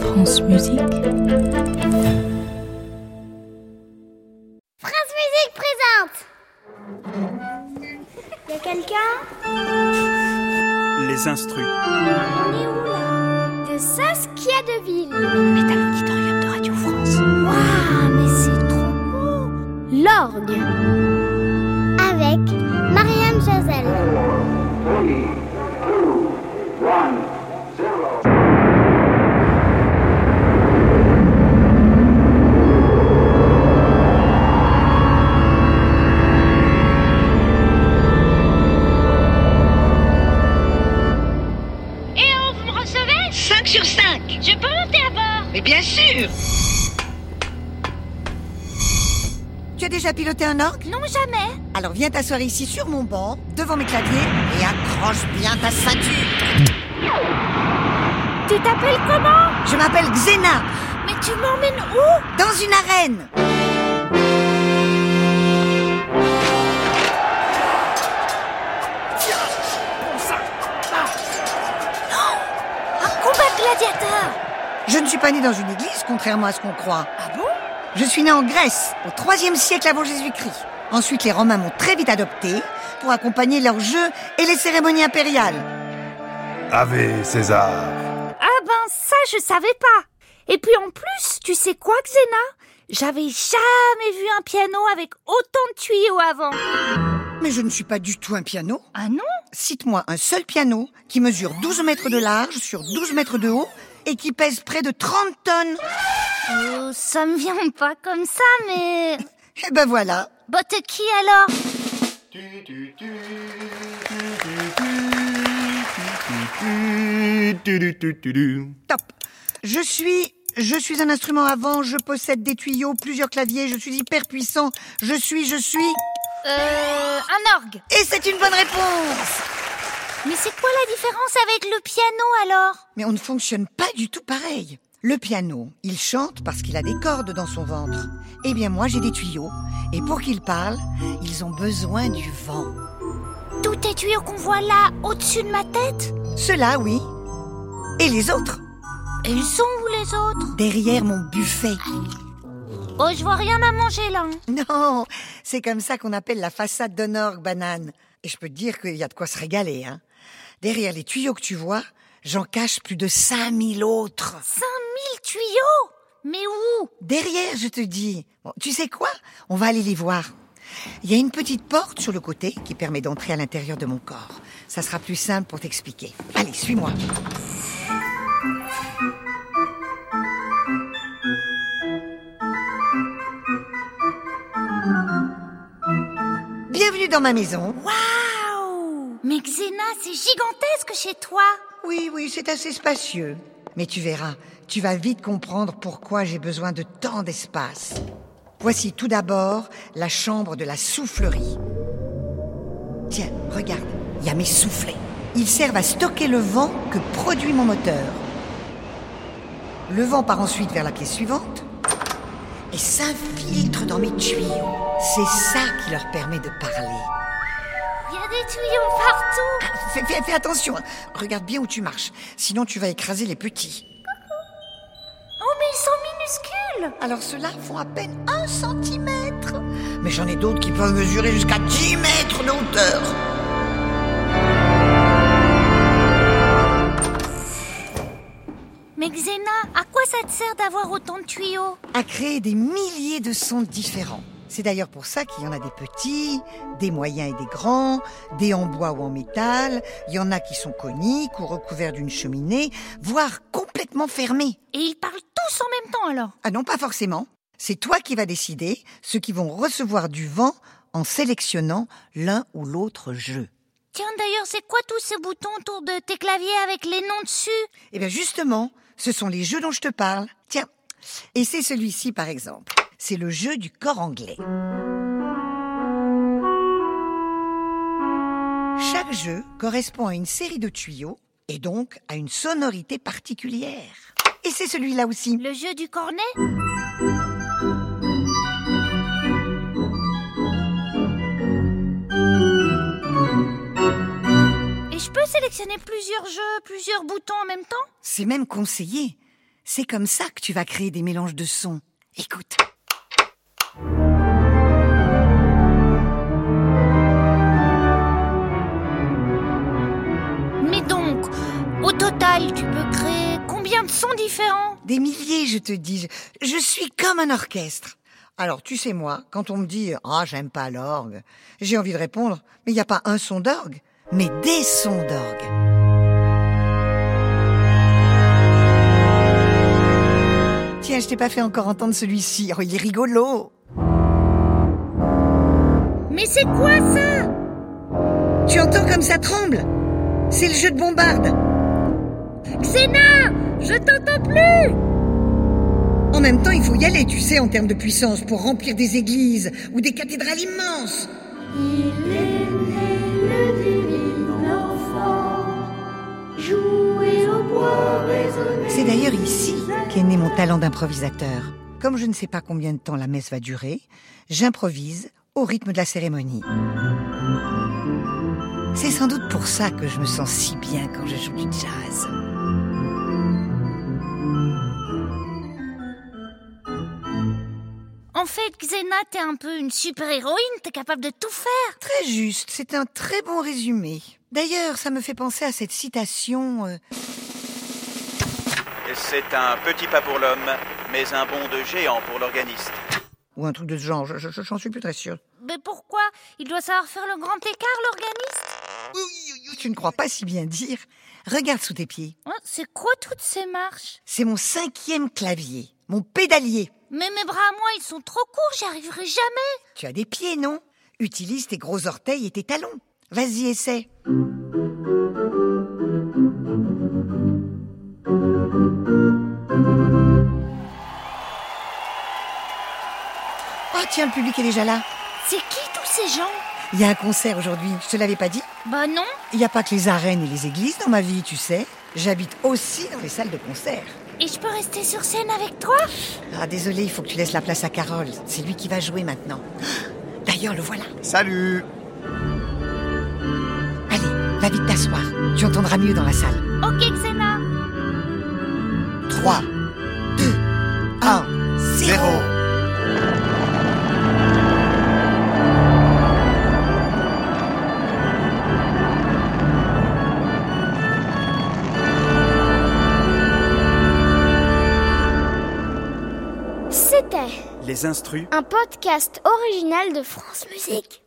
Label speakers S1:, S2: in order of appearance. S1: France Musique.
S2: France Musique présente Y'a quelqu'un
S3: Les instruits.
S2: On est où là De Saskia de Ville.
S1: On est à l'auditorium de Radio France.
S2: Waouh, mais c'est trop beau L'orgue Avec Mariam Chazelle.
S4: Et oh, vous me recevez 5 sur 5 Je peux monter à bord Mais bien sûr
S5: Tu as déjà piloté un orgue
S2: Non, jamais
S5: Alors viens t'asseoir ici sur mon banc, devant mes claviers, et accroche bien ta ceinture.
S2: Tu t'appelles comment
S5: Je m'appelle Xena,
S2: Mais tu m'emmènes où
S5: dans une arène.
S2: Un combat gladiateur
S5: Je ne suis pas née dans une église, contrairement à ce qu'on croit. Ah bon Je suis née en Grèce, au 3 siècle avant Jésus-Christ. Ensuite, les Romains m'ont très vite adoptée pour accompagner leurs jeux et les cérémonies impériales.
S6: Ave César.
S2: Ah ben ça je savais pas. Et puis en plus, tu sais quoi Xena J'avais jamais vu un piano avec autant de tuyaux avant.
S5: Mais je ne suis pas du tout un piano.
S2: Ah non
S5: Cite-moi un seul piano qui mesure 12 mètres de large sur 12 mètres de haut et qui pèse près de 30 tonnes.
S2: Oh, ça me vient pas comme ça mais
S5: Eh ben voilà,
S2: Bah t'es qui alors
S5: Top. Je suis, je suis un instrument avant, je possède des tuyaux, plusieurs claviers, je suis hyper puissant, je suis, je suis.
S2: Euh un orgue.
S5: Et c'est une bonne réponse.
S2: Mais c'est quoi la différence avec le piano alors
S5: Mais on ne fonctionne pas du tout pareil. Le piano, il chante parce qu'il a des cordes dans son ventre. Eh bien moi j'ai des tuyaux, et pour qu'il parle, ils ont besoin du vent.
S2: Tous tes tuyaux qu'on voit là au-dessus de ma tête
S5: Cela oui. Et les autres,
S2: Et ils sont où les autres
S5: derrière mon buffet.
S2: Oh je vois rien à manger là. hein.
S5: Non, c'est comme ça qu'on appelle la façade d'un orgue, banane. Et je peux te dire qu'il y a de quoi se régaler, hein. Derrière les tuyaux que tu vois, j'en cache plus de 5000 autres.
S2: 5000 tuyaux Mais où
S5: Derrière, je te dis. Bon, tu sais quoi On va aller les voir. Il y a une petite porte sur le côté qui permet d'entrer à l'intérieur de mon corps. Ça sera plus simple pour t'expliquer. Allez, suis-moi. Bienvenue dans ma maison.
S2: Waouh Mais Xena, c'est gigantesque chez toi
S5: Oui, oui, c'est assez spacieux. Mais tu verras, tu vas vite comprendre pourquoi j'ai besoin de tant d'espace. Voici tout d'abord la chambre de la soufflerie. Tiens, regarde, il y a mes soufflets. Ils servent à stocker le vent que produit mon moteur. Le vent part ensuite vers la pièce suivante et s'infiltre dans mes tuyaux. C'est ça qui leur permet de parler.
S2: Il y a des tuyaux partout
S5: Fais, fais- fais attention, hein. regarde bien où tu marches, sinon tu vas écraser les petits.
S2: Oh mais ils sont minuscules
S5: Alors ceux-là font à peine un centimètre. Mais j'en ai d'autres qui peuvent mesurer jusqu'à 10 mètres de hauteur.
S2: Mais Xena, à quoi ça te sert d'avoir autant de tuyaux
S5: À créer des milliers de sons différents. C'est d'ailleurs pour ça qu'il y en a des petits, des moyens et des grands, des en bois ou en métal. Il y en a qui sont coniques ou recouverts d'une cheminée, voire complètement fermés.
S2: Et ils parlent tous en même temps alors
S5: Ah non, pas forcément. C'est toi qui vas décider ceux qui vont recevoir du vent en sélectionnant l'un ou l'autre jeu.
S2: Tiens d'ailleurs, c'est quoi tous ces boutons autour de tes claviers avec les noms dessus
S5: Eh bien justement, ce sont les jeux dont je te parle. Tiens, et c'est celui-ci par exemple. C'est le jeu du corps anglais. Chaque jeu correspond à une série de tuyaux et donc à une sonorité particulière. Et c'est celui-là aussi.
S2: Le jeu du cornet Et je peux sélectionner plusieurs jeux, plusieurs boutons en même temps
S5: C'est même conseillé. C'est comme ça que tu vas créer des mélanges de sons. Écoute.
S2: Mais donc, au total, tu peux créer combien de sons différents
S5: Des milliers, je te dis. Je, je suis comme un orchestre. Alors, tu sais, moi, quand on me dit Ah, j'aime pas l'orgue, j'ai envie de répondre Mais il n'y a pas un son d'orgue, mais des sons d'orgue. Tiens, je t'ai pas fait encore entendre celui-ci. Oh, il est rigolo.
S2: Mais c'est quoi ça
S5: Tu entends comme ça tremble C'est le jeu de bombarde.
S2: Xena Je t'entends plus
S5: En même temps, il faut y aller, tu sais, en termes de puissance, pour remplir des églises ou des cathédrales immenses.
S7: Il est né le divin enfant, jouez au bois résonné.
S5: C'est d'ailleurs ici qu'est né mon talent d'improvisateur. Comme je ne sais pas combien de temps la messe va durer, j'improvise au rythme de la cérémonie. C'est sans doute pour ça que je me sens si bien quand je joue du jazz.
S2: En fait, Xena, t'es un peu une super-héroïne, t'es capable de tout faire.
S5: Très juste, c'est un très bon résumé. D'ailleurs, ça me fait penser à cette citation. euh,
S3: C'est un petit pas pour l'homme, mais un bond de géant pour l'organiste.
S5: ou un truc de ce genre, je- je- je- j'en suis plus très sûr.
S2: Mais pourquoi Il doit savoir faire le grand écart, l'organiste
S5: Tu ne crois pas si bien dire Regarde sous tes pieds.
S2: Hein, C'est quoi toutes ces marches
S5: C'est mon cinquième clavier, mon pédalier.
S2: Mais mes bras à moi, ils sont trop courts, j'y arriverai jamais.
S5: Tu as des pieds, non Utilise tes gros orteils et tes talons. Vas-y, essaie. Oh tiens, le public est déjà là.
S2: C'est qui tous ces gens
S5: Il y a un concert aujourd'hui, je te l'avais pas dit
S2: Bah non,
S5: Il n'y a pas que les arènes et les églises dans ma vie, tu sais. J'habite aussi dans les salles de concert.
S2: et je peux rester sur scène avec toi
S5: Ah désolé, il faut que tu laisses la place à Carole. C'est lui qui va jouer maintenant. Ah, D'ailleurs, le voilà.
S6: Salut
S5: Allez, va vite t'asseoir. Tu entendras mieux dans la salle.
S2: Ok, Xena.
S5: 3, 2, 1, 0.
S8: C'était
S3: Les instrus
S8: un podcast original de France Musique.